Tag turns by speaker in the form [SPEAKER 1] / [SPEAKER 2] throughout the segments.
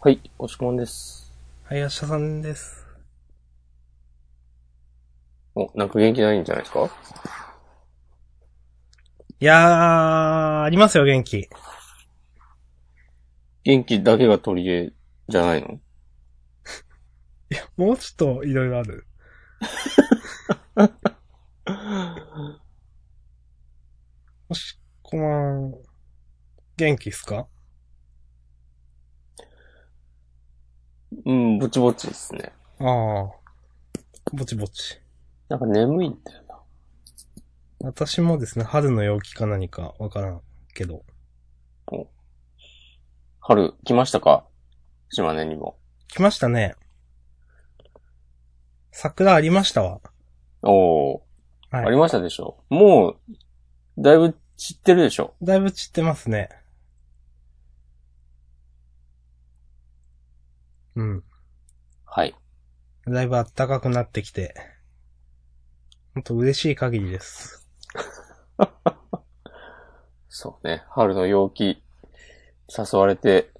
[SPEAKER 1] はい、押し込まんです。
[SPEAKER 2] はい、あっしゃさんです。
[SPEAKER 1] お、なんか元気ないんじゃないですか
[SPEAKER 2] いやー、ありますよ、元気。
[SPEAKER 1] 元気だけが取り柄じゃないの
[SPEAKER 2] もうちょっといろいろある。もし、こまん、元気っすか
[SPEAKER 1] うん、ぼちぼちですね。
[SPEAKER 2] あー、ぼちぼち。
[SPEAKER 1] なんか眠いんだよな。
[SPEAKER 2] 私もですね、春の陽気か何かわからんけど。
[SPEAKER 1] 春、来ましたか島根にも。
[SPEAKER 2] 来ましたね。桜ありましたわ。
[SPEAKER 1] おー、
[SPEAKER 2] はい
[SPEAKER 1] ありましたでしょもう、だいぶ散ってるでしょ
[SPEAKER 2] だいぶ散ってますね。うん。
[SPEAKER 1] はい。
[SPEAKER 2] だいぶ暖かくなってきて、ほんと嬉しい限りです。
[SPEAKER 1] そうね。春の陽気、誘われて、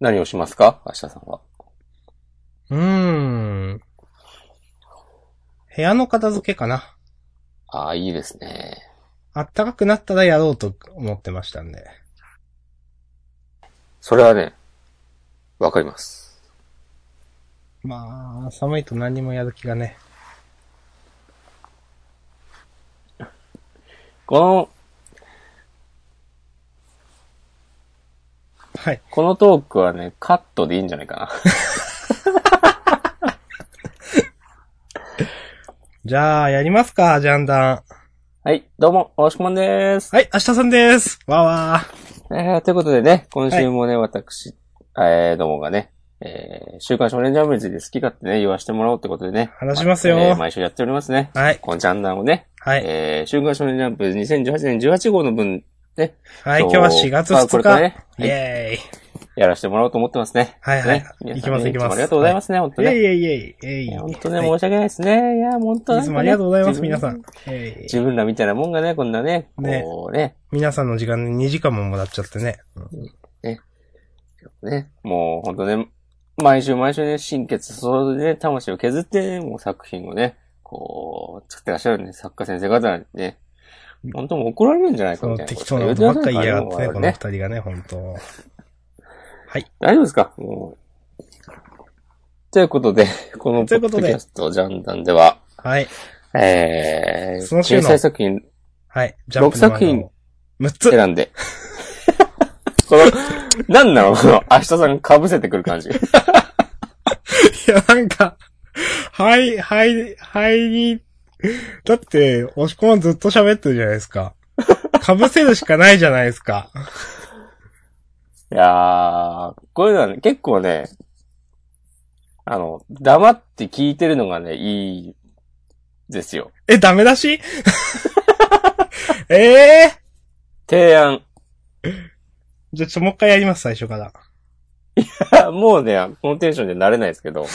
[SPEAKER 1] 何をしますか明日さんは。
[SPEAKER 2] うーん。部屋の片付けかな。
[SPEAKER 1] ああ、いいですね。
[SPEAKER 2] 暖かくなったらやろうと思ってましたんで。
[SPEAKER 1] それはね、わかります。
[SPEAKER 2] まあ、寒いと何にもやる気がね。
[SPEAKER 1] この、
[SPEAKER 2] はい。
[SPEAKER 1] このトークはね、カットでいいんじゃないかな。
[SPEAKER 2] じゃあ、やりますか、ジャンダン。
[SPEAKER 1] はい、どうも、おしくまんです。
[SPEAKER 2] はい、明日さんです。わーわ
[SPEAKER 1] えー、ということでね、今週もね、私、えー、どうもがね、えー、週刊少年ジャムズで好き勝手ね、言わしてもらおうってことでね。
[SPEAKER 2] 話しますよ
[SPEAKER 1] えー毎週やっておりますね。
[SPEAKER 2] ー。はい、
[SPEAKER 1] このジャンダンをね、
[SPEAKER 2] はい。
[SPEAKER 1] えー、週刊少年ジャンプ2018年18号の分、ね。
[SPEAKER 2] はい、今日は4月
[SPEAKER 1] あこ
[SPEAKER 2] 2
[SPEAKER 1] れから
[SPEAKER 2] 日。
[SPEAKER 1] ね、
[SPEAKER 2] イ
[SPEAKER 1] はい
[SPEAKER 2] ェーイ。
[SPEAKER 1] やらしてもらおうと思ってますね。
[SPEAKER 2] はいはい
[SPEAKER 1] ね皆さんね
[SPEAKER 2] いきますいきます
[SPEAKER 1] つもありがとうございますね、本当
[SPEAKER 2] イェ
[SPEAKER 1] ね。
[SPEAKER 2] イ
[SPEAKER 1] い
[SPEAKER 2] イェイイェイイェイ。
[SPEAKER 1] や本当ね、
[SPEAKER 2] はい
[SPEAKER 1] 申し訳ないですね。いや、本当なんかね
[SPEAKER 2] いつもありがとうございま
[SPEAKER 1] 自
[SPEAKER 2] す、
[SPEAKER 1] 分
[SPEAKER 2] 皆さん。えー
[SPEAKER 1] 自分らみたいなもんがね、こんなね、
[SPEAKER 2] ね
[SPEAKER 1] こうね、
[SPEAKER 2] 皆さんの時間に2時間ももらっちゃってね。
[SPEAKER 1] ね、もう本当ね、毎週毎週ね、心血注いでね、魂を削って、もう作品をね、こう、作ってらっしゃるね、作家先生方にね、本当もう怒られるんじゃないか
[SPEAKER 2] そ
[SPEAKER 1] み
[SPEAKER 2] の
[SPEAKER 1] たいな
[SPEAKER 2] 適
[SPEAKER 1] こと
[SPEAKER 2] 当
[SPEAKER 1] 言
[SPEAKER 2] なこ
[SPEAKER 1] う
[SPEAKER 2] と
[SPEAKER 1] てま
[SPEAKER 2] ばっ
[SPEAKER 1] す
[SPEAKER 2] か
[SPEAKER 1] からね。
[SPEAKER 2] り言いやがっ
[SPEAKER 1] 我々
[SPEAKER 2] てね、この二
[SPEAKER 1] ね
[SPEAKER 2] 人がね、本当
[SPEAKER 1] 大丈夫ですかもう。ということで、このポ
[SPEAKER 2] と
[SPEAKER 1] ッ
[SPEAKER 2] いうこ
[SPEAKER 1] ドキ
[SPEAKER 2] とで
[SPEAKER 1] ャストジャンダンでは、
[SPEAKER 2] はい。
[SPEAKER 1] えー、
[SPEAKER 2] その週の
[SPEAKER 1] 掲載作品
[SPEAKER 2] はい。ジ
[SPEAKER 1] 六作品
[SPEAKER 2] 6つ。
[SPEAKER 1] 選ん で、この、なんなのこの、明日さんが被せてくる感じ。
[SPEAKER 2] いや、なんか、はい、はい、はいに、だって、押し込まんずっと喋ってるじゃないで すか。被せるしかないじゃないですか。
[SPEAKER 1] いやー、こういうのはね、結構ね、あの、黙って聞いてるのがね、いい、ですよ。
[SPEAKER 2] え、ダメ出し ええ
[SPEAKER 1] 提案。
[SPEAKER 2] じゃあ、ちょ、もう一回やります、最初から。
[SPEAKER 1] もうね、このテンションで慣れないですけど。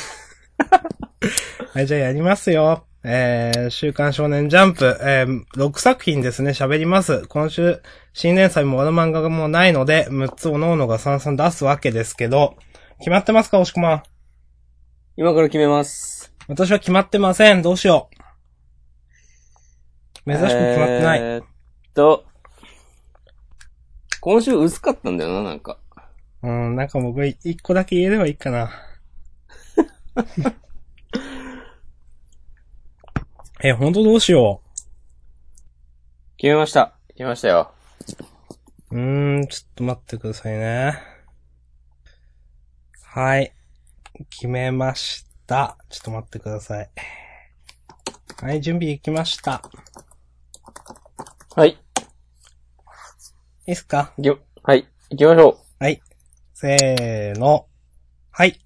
[SPEAKER 2] はい、じゃあやりますよ。えー、週刊少年ジャンプ、えー、6作品ですね、喋ります。今週、新連載も終わる漫画がもうないので、6つおのおのが三々出すわけですけど、決まってますか、押し込まん。
[SPEAKER 1] 今から決めます。
[SPEAKER 2] 私は決まってません。どうしよう。珍しく決まってない。
[SPEAKER 1] えーっと、今週薄かったんだよな、なんか。
[SPEAKER 2] うん、なんか僕、1個だけ言えればいい かな。え、ほんとどうしよ
[SPEAKER 1] 決めました。決めましたよ。
[SPEAKER 2] う。うーん、ちょっと待ってくださいね。はい。決めました。ちょっと待ってください。はい、準備できました。
[SPEAKER 1] はい。
[SPEAKER 2] いいっすか
[SPEAKER 1] いきま、はい。行きましょう。
[SPEAKER 2] はい。せーの。はい。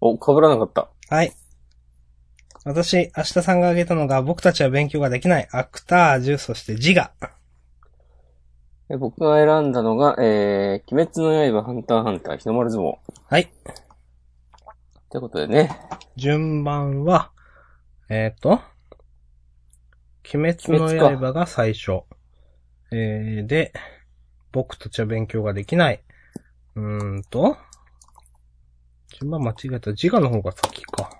[SPEAKER 1] お、被らなかった。
[SPEAKER 2] はい。私、明日さんが挙げたのが、僕たちは勉強ができない、アクタージュ、そして自我。
[SPEAKER 1] え僕が選んだのが、えー、鬼滅の刃、ハンターハンター、日の丸相撲。
[SPEAKER 2] はい。
[SPEAKER 1] ということでね、
[SPEAKER 2] 順番は、えっ、ー、と、鬼滅の刃が最初。えー、で、僕たちは勉強ができない。うーんと。順番間違えた。自我の方が先か。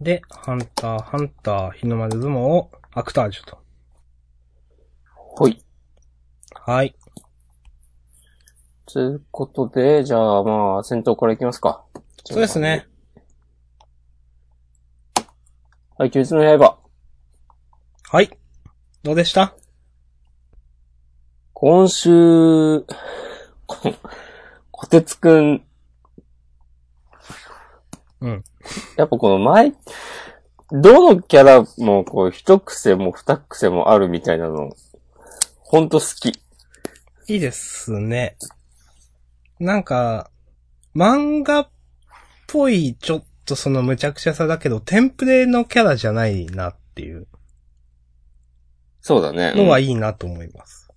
[SPEAKER 2] で、ハンター、ハンター、日の丸相撲を、アクタージュと。
[SPEAKER 1] ほい。
[SPEAKER 2] はい。
[SPEAKER 1] ということで、じゃあまあ、戦闘からいきますか。
[SPEAKER 2] そうですね。。
[SPEAKER 1] はい、鬼滅の刃。
[SPEAKER 2] はい。どうでした
[SPEAKER 1] 今週、こ、こてつくん。
[SPEAKER 2] うん。
[SPEAKER 1] やっぱこの前、どのキャラもこう一癖も二癖もあるみたいなの、ほんと好き。
[SPEAKER 2] いいですね。なんか、漫画っぽい、ちょっとその無茶苦茶さだけど、テンプレのキャラじゃないなっていう
[SPEAKER 1] そうだね。
[SPEAKER 2] のはいいなと思います。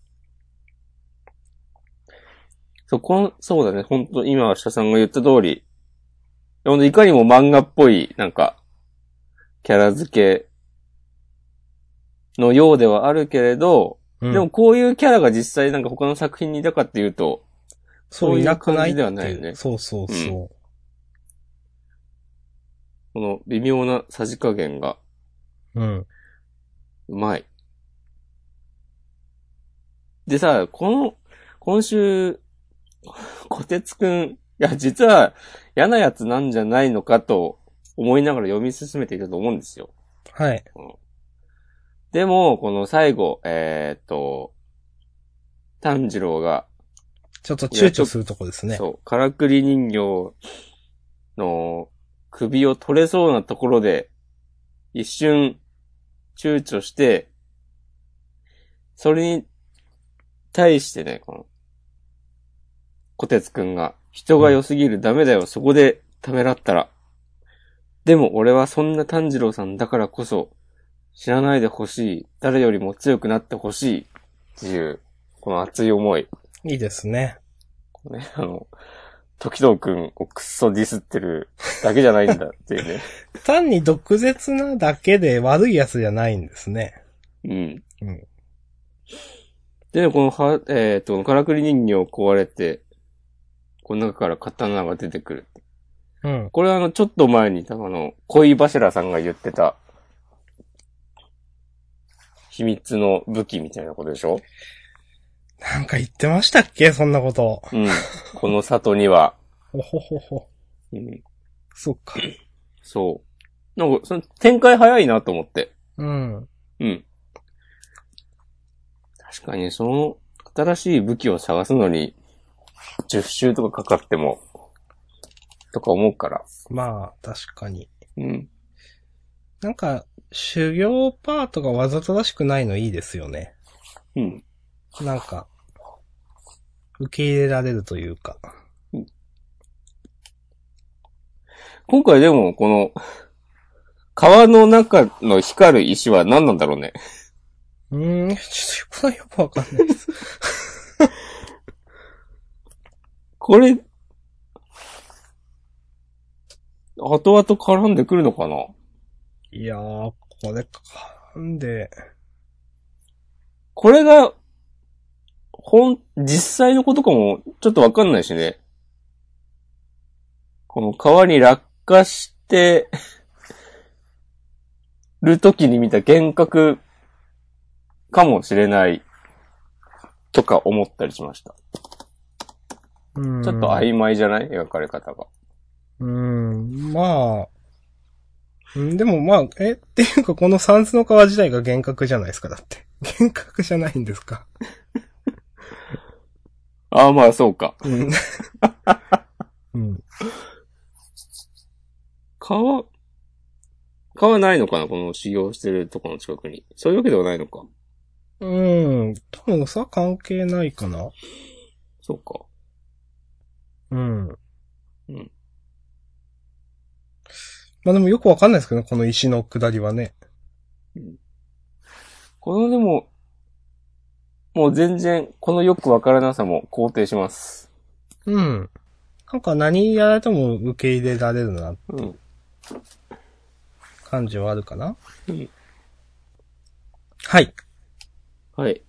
[SPEAKER 1] そこん、そうだね。ほんと、今、下さんが言った通り、ほんといかにも漫画っぽい、なんか、キャラ付けのようではあるけれど、
[SPEAKER 2] うん
[SPEAKER 1] でも、こういうキャラが実際なんか他の作品にいたかっていうと、
[SPEAKER 2] そういなくないって。
[SPEAKER 1] そういう感じではないいうよね
[SPEAKER 2] そうそうそう。
[SPEAKER 1] この微妙なさじ加減が
[SPEAKER 2] うん。
[SPEAKER 1] うまい。でさ、この、今週、こてつくん、いや、実は嫌なやつなんじゃないのかと思いながら読み進めていたと思うんですよ。
[SPEAKER 2] はい。
[SPEAKER 1] でも、この最後、えーっと、炭治郎が、
[SPEAKER 2] ちょっと躊躇するとこですね。
[SPEAKER 1] そう、からくり人形の首を取れそうなところで、一瞬、躊躇して、それに対してね、この、小鉄くんが、人が良すぎる、ダメだよ、そこでためらったら。でも俺はそんな炭治郎さんだからこそ、知らないでほしい、誰よりも強くなってほしい、っていう、この熱い思い。
[SPEAKER 2] いいですね。
[SPEAKER 1] ね、あの、時藤くんをクッソディスってるだけじゃないんだっていうね。
[SPEAKER 2] 単に毒舌なだけで悪いやつじゃないんですね。
[SPEAKER 1] うん。
[SPEAKER 2] うん
[SPEAKER 1] で、このは、えっ、と、からくり人形壊れて、この中から刀が出てくる。
[SPEAKER 2] うん。
[SPEAKER 1] これはあの、ちょっと前に、あの、恋柱さんが言ってた、秘密の武器みたいなことでしょ
[SPEAKER 2] なんか言ってましたっけそんなこと。
[SPEAKER 1] うん。この里には、
[SPEAKER 2] おほほほ。
[SPEAKER 1] うん、
[SPEAKER 2] そっか。
[SPEAKER 1] そう。なんか、その展開早いなと思って。
[SPEAKER 2] うん。
[SPEAKER 1] うん。確かに、その、新しい武器を探すのに、10周とかかかっても、とか思うから。
[SPEAKER 2] まあ、確かに。
[SPEAKER 1] うん。
[SPEAKER 2] なんか、修行パートがわざとらしくないのいいですよね。
[SPEAKER 1] うん。
[SPEAKER 2] なんか、受け入れられるというか。
[SPEAKER 1] 今回でも、この、川の中の光る石は何なんだろうね。
[SPEAKER 2] うーん、ちょっとこれはよくわかんないです。
[SPEAKER 1] これ、後々絡んでくるのかない
[SPEAKER 2] やー、これか。んで、
[SPEAKER 1] これが、ほん、実際のことかも、ちょっとわかんないしね。この川に落下して、 る時に見た幻覚かもしれない、とか思ったりしました。
[SPEAKER 2] うーん。
[SPEAKER 1] ちょっと曖昧じゃない描かれ方が。
[SPEAKER 2] うーん、まあ。うんでもまあ、え、っていうかこの三途の川自体が幻覚じゃないですか、だって。幻覚じゃないんですか。
[SPEAKER 1] ああ、まあそうか。
[SPEAKER 2] うん。 うん。
[SPEAKER 1] 川、川ないのかなこの修行してるとこの近くに。そういうわけではないのか。
[SPEAKER 2] うん。多分さ、関係ないかな。
[SPEAKER 1] そうか。
[SPEAKER 2] うん。
[SPEAKER 1] うん。
[SPEAKER 2] まあでもよくわかんないですけどね、この石の下りはね。
[SPEAKER 1] このでも、もう全然、このよくわからなさも肯定します。
[SPEAKER 2] うん。なんか何やられても受け入れられるな、
[SPEAKER 1] うん。
[SPEAKER 2] 感じはあるかな。
[SPEAKER 1] うん
[SPEAKER 2] はい。
[SPEAKER 1] はい。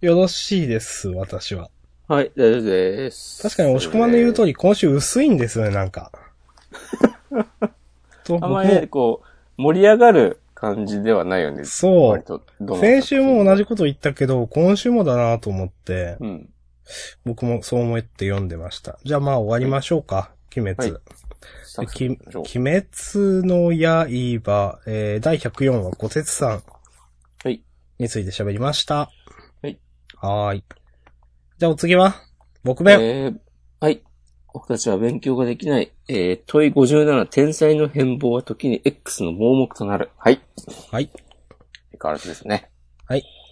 [SPEAKER 2] よろしいです、私は。
[SPEAKER 1] はい、大丈夫です。
[SPEAKER 2] 確かに、押し込まんの言う通り、今週薄いんですよね、なん か。と、
[SPEAKER 1] あん
[SPEAKER 2] 僕も
[SPEAKER 1] ま、りね、こう、盛り上がる感じではないよね。
[SPEAKER 2] そ
[SPEAKER 1] 割
[SPEAKER 2] う。
[SPEAKER 1] と、どの
[SPEAKER 2] 先週も同じこと言ったけど、今週もだなと思って、
[SPEAKER 1] うん。
[SPEAKER 2] 僕もそう思って読んでました。じゃあまあ終わりましょうか。鬼滅。
[SPEAKER 1] はい
[SPEAKER 2] でき
[SPEAKER 1] き
[SPEAKER 2] 鬼滅の刃、えー、第104話、五節さん。
[SPEAKER 1] はい。
[SPEAKER 2] について喋りました。
[SPEAKER 1] はい。
[SPEAKER 2] はーい。じゃあお次は僕弁、
[SPEAKER 1] えー、はい。僕たちは勉強ができない。えー、問い57、天才の変貌は時に X の盲目となる。はい。
[SPEAKER 2] はい。
[SPEAKER 1] 相変わらずですね。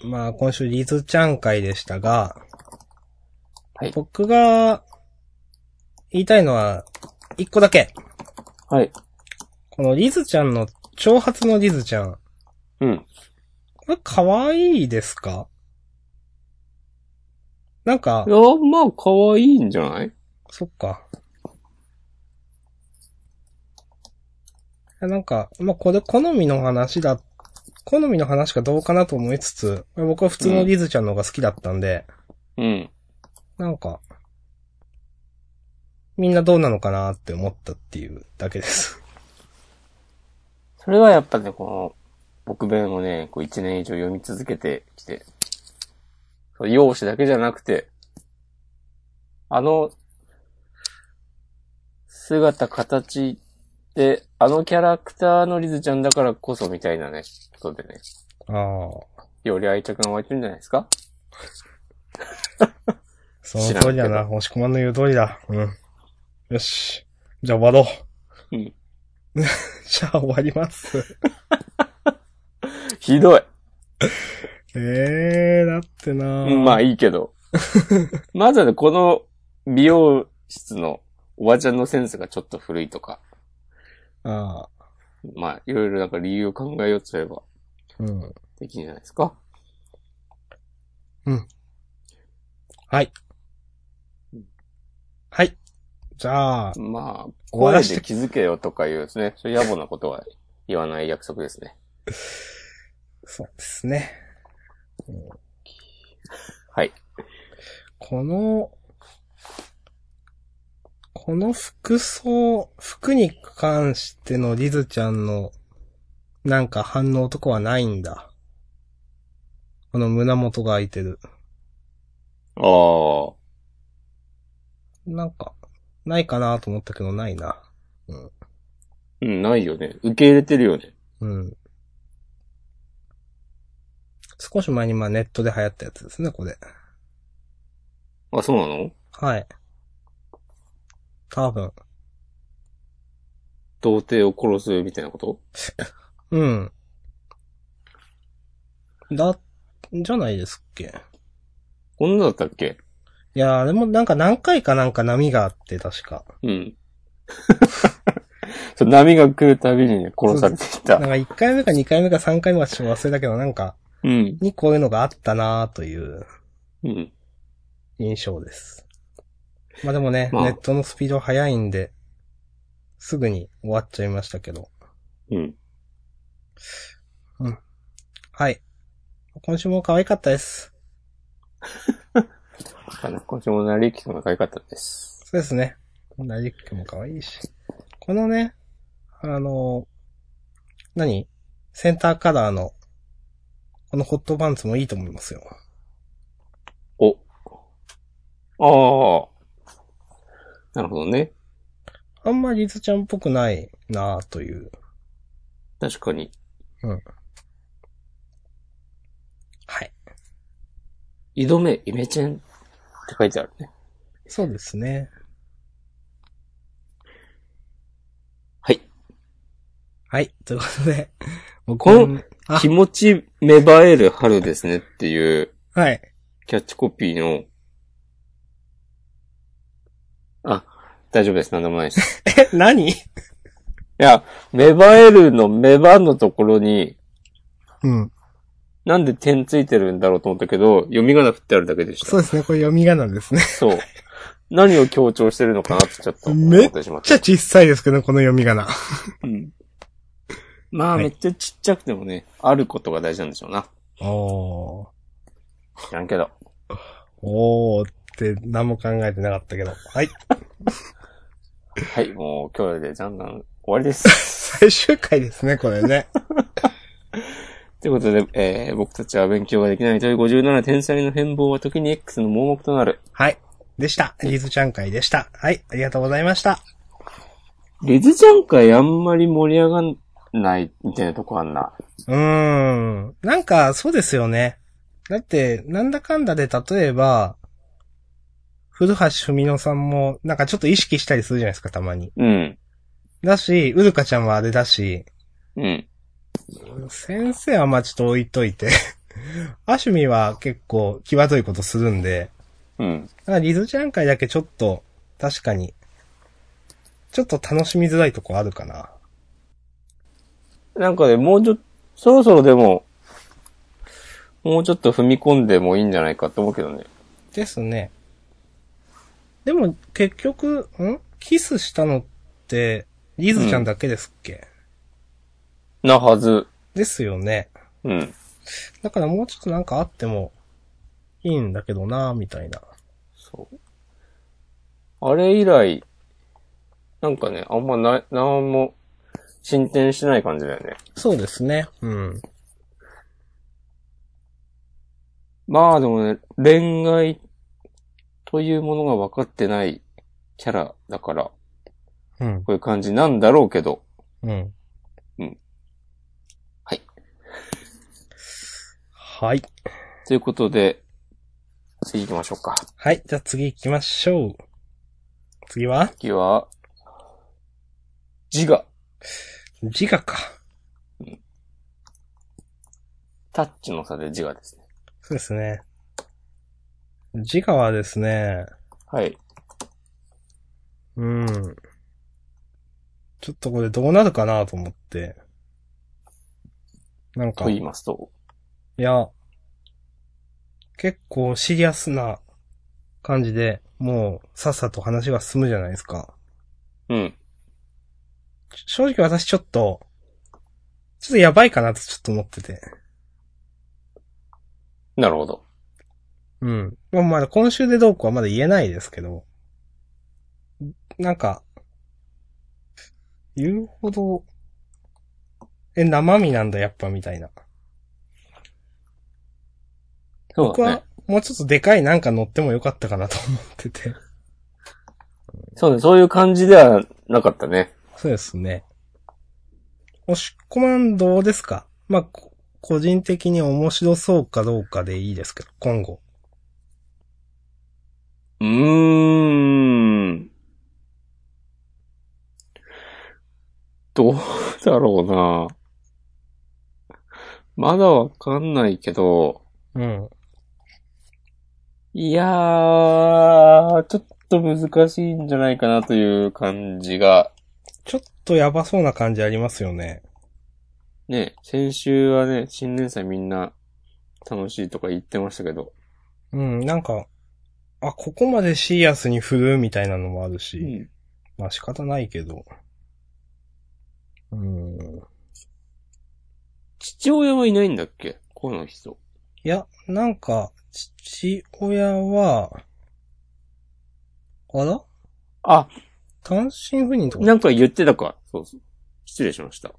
[SPEAKER 2] まあ今週リズちゃん会でしたが、
[SPEAKER 1] はい
[SPEAKER 2] 僕が言いたいのは、一個だけ。
[SPEAKER 1] はい。
[SPEAKER 2] このリズちゃんの、長髪のリズちゃん。
[SPEAKER 1] うん。
[SPEAKER 2] これ可愛いですかなんか
[SPEAKER 1] い、や、まあ、可愛いんじゃない
[SPEAKER 2] そっか。なんか、まあ、これ好みの話だ、好みの話かどうかなと思いつつ、僕は普通のリズちゃんの方が好きだったんで、
[SPEAKER 1] うん。
[SPEAKER 2] なんか、みんなどうなのかなって思ったっていうだけです。
[SPEAKER 1] それはやっぱね、この、僕弁をね、こう一年以上読み続けてきて、そう容姿だけじゃなくて、あの、姿、形で、あのキャラクターのリズちゃんだからこそみたいなね、ことでね、
[SPEAKER 2] ああ、
[SPEAKER 1] より愛着が湧いてるんじゃないですか
[SPEAKER 2] その通りだ
[SPEAKER 1] 知らん
[SPEAKER 2] な。押し込まんの言う通りだ。うん。よし。じゃあ終わろう。
[SPEAKER 1] うん
[SPEAKER 2] じゃあ終わります。
[SPEAKER 1] ひどい。
[SPEAKER 2] ええー、だってな
[SPEAKER 1] うんまあいいけ ど。まずはね、この美容室のおばちゃんのセンスがちょっと古いとか、
[SPEAKER 2] あ
[SPEAKER 1] まあいろいろなんか理由を考えようとすれば
[SPEAKER 2] あ。うん。
[SPEAKER 1] できるんじゃないですか
[SPEAKER 2] はい。はい。じゃあ、
[SPEAKER 1] まあ、
[SPEAKER 2] 終わ
[SPEAKER 1] 声
[SPEAKER 2] らして
[SPEAKER 1] で気づけよとかいうですね、そういう野暮なことは言わない約束ですね。
[SPEAKER 2] そうですね。
[SPEAKER 1] はい。
[SPEAKER 2] この、この服装、服に関してのリズちゃんの、なんか反応とかはないんだ。この胸元が開いてる。
[SPEAKER 1] ああ。
[SPEAKER 2] なんか、ないかなと思ったけど、ないな。
[SPEAKER 1] うん、ないよね。受け入れてるよね。
[SPEAKER 2] うん。少し前にまあネットで流行ったやつですね、これ。
[SPEAKER 1] あ、そうなの
[SPEAKER 2] はい。多分。
[SPEAKER 1] 童貞を殺すみたいなこと
[SPEAKER 2] うん。だ、じゃないですっけ。
[SPEAKER 1] こんなだったっけ
[SPEAKER 2] いやー、でもなんか何回かなんか波があって、確か。
[SPEAKER 1] うん。 そう波が来るたびにね、殺されてい
[SPEAKER 2] なん
[SPEAKER 1] た。
[SPEAKER 2] か1回目か2回目か3回目かちょっと忘れたけど、なんか、
[SPEAKER 1] うん。
[SPEAKER 2] にこういうのがあったなーという
[SPEAKER 1] うん。
[SPEAKER 2] 印象です。まあでもね、
[SPEAKER 1] まあ
[SPEAKER 2] ネットのスピード速いんで、すぐに終わっちゃいましたけど。
[SPEAKER 1] うん。
[SPEAKER 2] はい。今週も可愛かったです。
[SPEAKER 1] あの、今週もなりきくんが可愛かったです。
[SPEAKER 2] そうですね。ナジックも可愛いし。このね、あの、何センターカラーの、このホットパンツもいいと思いますよ。
[SPEAKER 1] お。ああ。なるほどね。
[SPEAKER 2] あんまりリズちゃんっぽくないなぁという。
[SPEAKER 1] 確かに。
[SPEAKER 2] はい。
[SPEAKER 1] 井戸目イメチェンって書いてあるね。
[SPEAKER 2] そうですね。
[SPEAKER 1] はい。
[SPEAKER 2] はい。ということで、僕
[SPEAKER 1] この
[SPEAKER 2] の、あ
[SPEAKER 1] 気持ち芽生える春ですねっていう
[SPEAKER 2] はい。
[SPEAKER 1] キャッチコピーの、あ、大丈夫です。何でもないです。
[SPEAKER 2] え、何
[SPEAKER 1] いや、芽生えるの芽生のところに、
[SPEAKER 2] うん。
[SPEAKER 1] なんで点ついてるんだろうと思ったけど、読みがなくってあるだけでした。
[SPEAKER 2] そうですね。これ読み仮名ですね。
[SPEAKER 1] そう。何を強調してるのかなってちょっと思ってしまっ
[SPEAKER 2] めっちゃ
[SPEAKER 1] た。
[SPEAKER 2] 小さいですけど、この読み仮名。
[SPEAKER 1] うん、まあ、
[SPEAKER 2] はい
[SPEAKER 1] めっちゃちっちゃくてもね、あることが大事なんでしょうな。
[SPEAKER 2] おー。
[SPEAKER 1] 知らんけど。
[SPEAKER 2] おーって何も考えてなかったけど。はい。
[SPEAKER 1] はい、もう今日でジャンダン終わりです。
[SPEAKER 2] 最終回ですね、これね。
[SPEAKER 1] ということで、えー僕たちは勉強ができないという57天才の変貌は時に X の盲目となる。
[SPEAKER 2] はい。でした。リズちゃん会でした。はい。ありがとうございました。
[SPEAKER 1] リズちゃん会あんまり盛り上がんないみたいなとこあんな。
[SPEAKER 2] うーん。なんか、そうですよね。だって、なんだかんだで、例えば、古橋文乃さんも、なんかちょっと意識したりするじゃないですか、たまに。
[SPEAKER 1] うん。
[SPEAKER 2] だし、うるかちゃんはあれだし、
[SPEAKER 1] うん。
[SPEAKER 2] 先生はまあちょっと置いといて、 アシュミは結構、際どいことするんで、
[SPEAKER 1] うん。
[SPEAKER 2] だからリズちゃん会だけちょっと、確かに、ちょっと楽しみづらいとこあるかな。
[SPEAKER 1] なんかね、もうちょっと、そろそろでも、もうちょっと踏み込んでもいいんじゃないかと思うけどね。
[SPEAKER 2] ですね。でも、結局、んキスしたのって、リズちゃんだけですっけ、
[SPEAKER 1] なはず。
[SPEAKER 2] ですよね。
[SPEAKER 1] うん。
[SPEAKER 2] だからもうちょっとなんかあっても、いいんだけどなみたいな。
[SPEAKER 1] そう。あれ以来、なんかね、あんまな、なんも進展してない感じだよね。
[SPEAKER 2] そうですね。うん。
[SPEAKER 1] まあでもね、恋愛というものが分かってないキャラだから、こ
[SPEAKER 2] うん。
[SPEAKER 1] ういう感じなんだろうけど。
[SPEAKER 2] うん。
[SPEAKER 1] はい。
[SPEAKER 2] はい。
[SPEAKER 1] ということで、次行きましょうか。
[SPEAKER 2] はい。じゃあ次行きましょう。次は
[SPEAKER 1] 次は、自我、
[SPEAKER 2] 自我か。
[SPEAKER 1] タッチの差で自我ですね。
[SPEAKER 2] そうですね。自我はですね、
[SPEAKER 1] はい。
[SPEAKER 2] うん。ちょっとこれどうなるかなと思って。なん
[SPEAKER 1] と
[SPEAKER 2] か、
[SPEAKER 1] 言い
[SPEAKER 2] い
[SPEAKER 1] ますと、
[SPEAKER 2] や、結構シリアスな感じで、もうさっさと話が進むじゃないですか。
[SPEAKER 1] うん。
[SPEAKER 2] ち正直私ちょっと、ちょっとやばいかなとちょっと思ってて。
[SPEAKER 1] なるほど。
[SPEAKER 2] うん。まあまだ今週でどうこうはまだ言えないですけど、なんか、言うほど、え、生身なんだやっぱみたいな。
[SPEAKER 1] そう
[SPEAKER 2] 僕
[SPEAKER 1] だね
[SPEAKER 2] は。もうちょっとでかいなんか乗ってもよかったかなと思ってて。
[SPEAKER 1] そうね、そういう感じではなかったね。
[SPEAKER 2] そうですね。押し込まんどうですかまあ、こ個人的に面白そうかどうかでいいですけど、今後。
[SPEAKER 1] うーん。どうだろうな。まだわかんないけど、
[SPEAKER 2] うん。
[SPEAKER 1] いやー、ちょっと難しいんじゃないかなという感じが、
[SPEAKER 2] ちょっとやばそうな感じありますよね。
[SPEAKER 1] ね、先週はね、新年祭みんな楽しいとか言ってましたけど、
[SPEAKER 2] うん、なんか、あ、ここまでシリアスに振るみたいなのもあるし、
[SPEAKER 1] うん
[SPEAKER 2] まあ仕方ないけど。うん。
[SPEAKER 1] 父親はいないんだっけこの人。
[SPEAKER 2] いや、なんか、父親は、あら
[SPEAKER 1] あ、
[SPEAKER 2] 単身赴任とか
[SPEAKER 1] なんか言ってたか。そうそう。失礼しました。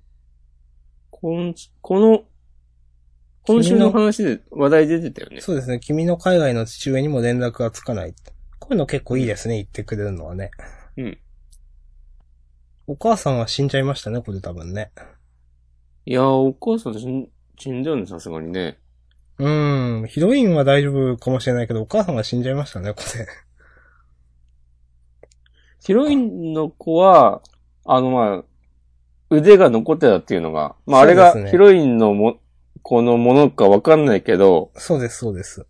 [SPEAKER 1] こん、この、今週の話で話題出てたよね。
[SPEAKER 2] そうですね。君の海外の父上にも連絡がつかない。こういうの結構いいですね。言ってくれるのはね。
[SPEAKER 1] うん。
[SPEAKER 2] お母さんは死んじゃいましたね、これ多分ね。
[SPEAKER 1] いやー、お母さん死ん死んだよね、さすがにね。
[SPEAKER 2] うーん。ヒロインは大丈夫かもしれないけど、お母さんが死んじゃいましたね、これ。
[SPEAKER 1] ヒロインの子は、あの、まあ、腕が残ってたっていうのが、まあ、あれ
[SPEAKER 2] そうです
[SPEAKER 1] が
[SPEAKER 2] ね
[SPEAKER 1] ヒロインのも、このものかわかんないけど、
[SPEAKER 2] そうです、そうです。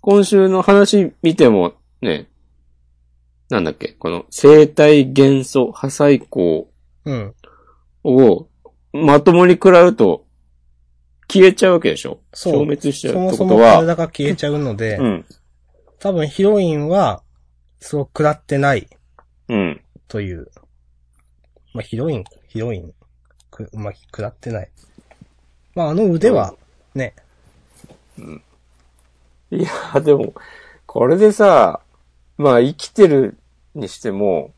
[SPEAKER 1] 今週の話見ても、ね、なんだっけ、この生体元素破砕光
[SPEAKER 2] うん。
[SPEAKER 1] をまともに食らうと消えちゃうわけでしょ
[SPEAKER 2] そう
[SPEAKER 1] 消滅しちゃ
[SPEAKER 2] そう
[SPEAKER 1] っ
[SPEAKER 2] も
[SPEAKER 1] て
[SPEAKER 2] そ
[SPEAKER 1] こ
[SPEAKER 2] も
[SPEAKER 1] とは。
[SPEAKER 2] 体が消えちゃうので、
[SPEAKER 1] うん。
[SPEAKER 2] 多分ヒロインは、そう食らってない
[SPEAKER 1] うん。
[SPEAKER 2] という。まあ、ヒロイン、ヒロイン。くまあ、食らってない。まあ、あの腕は、ね。
[SPEAKER 1] いや、でも、これでさ、まあ生きてるにしても、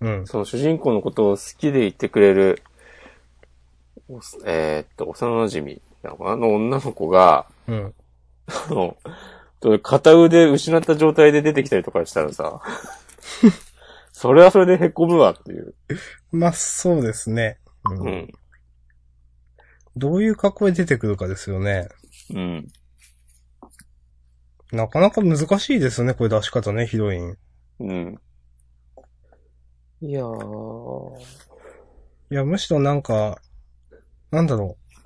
[SPEAKER 2] うん。
[SPEAKER 1] その主人公のことを好きでいてくれる、おえーっと、幼馴染なのかなあの女の子が、
[SPEAKER 2] うん。
[SPEAKER 1] あの、片腕失った状態で出てきたりとかしたら さ、それはそれで凹むわっていう。
[SPEAKER 2] まあ、そうですね。う。
[SPEAKER 1] うんん。
[SPEAKER 2] どういう格好で出てくるかですよね。
[SPEAKER 1] うん。
[SPEAKER 2] なかなか難しいですよね、これ出し方ね、ヒロイン。
[SPEAKER 1] うん。いやー。
[SPEAKER 2] いや、むしろなんか、なんだろう。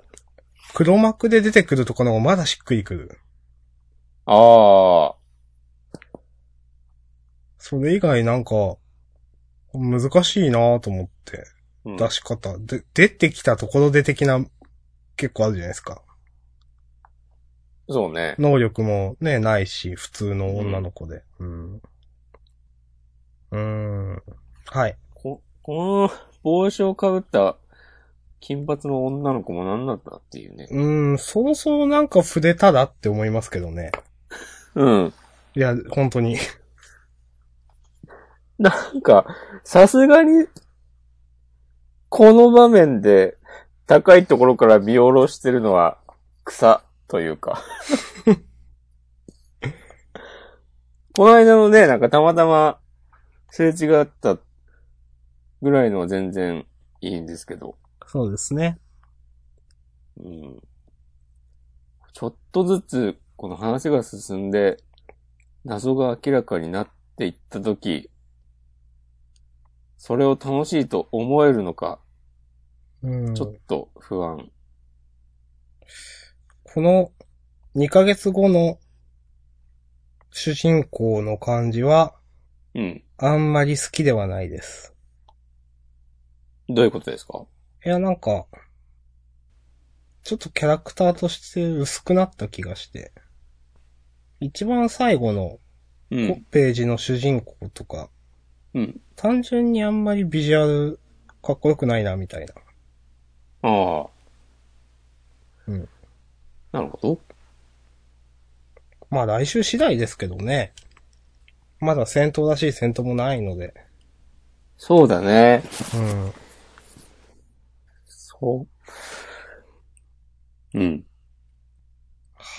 [SPEAKER 2] 黒幕で出てくるとこの方がまだしっくりくる。
[SPEAKER 1] あ
[SPEAKER 2] それ以外なんか、難しいなぁと思って。
[SPEAKER 1] ー。
[SPEAKER 2] 出し方。で、出てきたところで的な、結構あるじゃないですか。
[SPEAKER 1] うんそうね。
[SPEAKER 2] 能力もね、ないし、普通の女の子で。うん。うーん。はい。
[SPEAKER 1] こ、この帽子をかぶった金髪の女の子も何なんだっていうね。
[SPEAKER 2] うーん、そうそうなんか触れたらって思いますけどね。
[SPEAKER 1] うん。
[SPEAKER 2] いや、本当に。
[SPEAKER 1] なんか、さすがに、この場面で高いところから見下ろしてるのは草というか。 この間のね、なんかたまたますれ違ったぐらいのは全然いいんですけど。
[SPEAKER 2] そうですね。
[SPEAKER 1] うんちょっとずつ、この話が進んで、謎が明らかになっていったとき、それを楽しいと思えるのか、
[SPEAKER 2] うん。
[SPEAKER 1] ちょっと不安。
[SPEAKER 2] この2ヶ月後の主人公の感じは、
[SPEAKER 1] うん。
[SPEAKER 2] あんまり好きではないです。
[SPEAKER 1] どういうことですか
[SPEAKER 2] いや、なんか、ちょっとキャラクターとして薄くなった気がして。一番最後の
[SPEAKER 1] う
[SPEAKER 2] こ
[SPEAKER 1] ん。
[SPEAKER 2] ページの主人公とか、
[SPEAKER 1] うん。
[SPEAKER 2] 単純にあんまりビジュアルかっこよくないな、みたいな。
[SPEAKER 1] ああ。
[SPEAKER 2] うん。
[SPEAKER 1] なるほど。
[SPEAKER 2] まあ来週次第ですけどね。まだ戦闘らしい戦闘もないので。
[SPEAKER 1] そうだね。
[SPEAKER 2] うん。
[SPEAKER 1] そう。うん。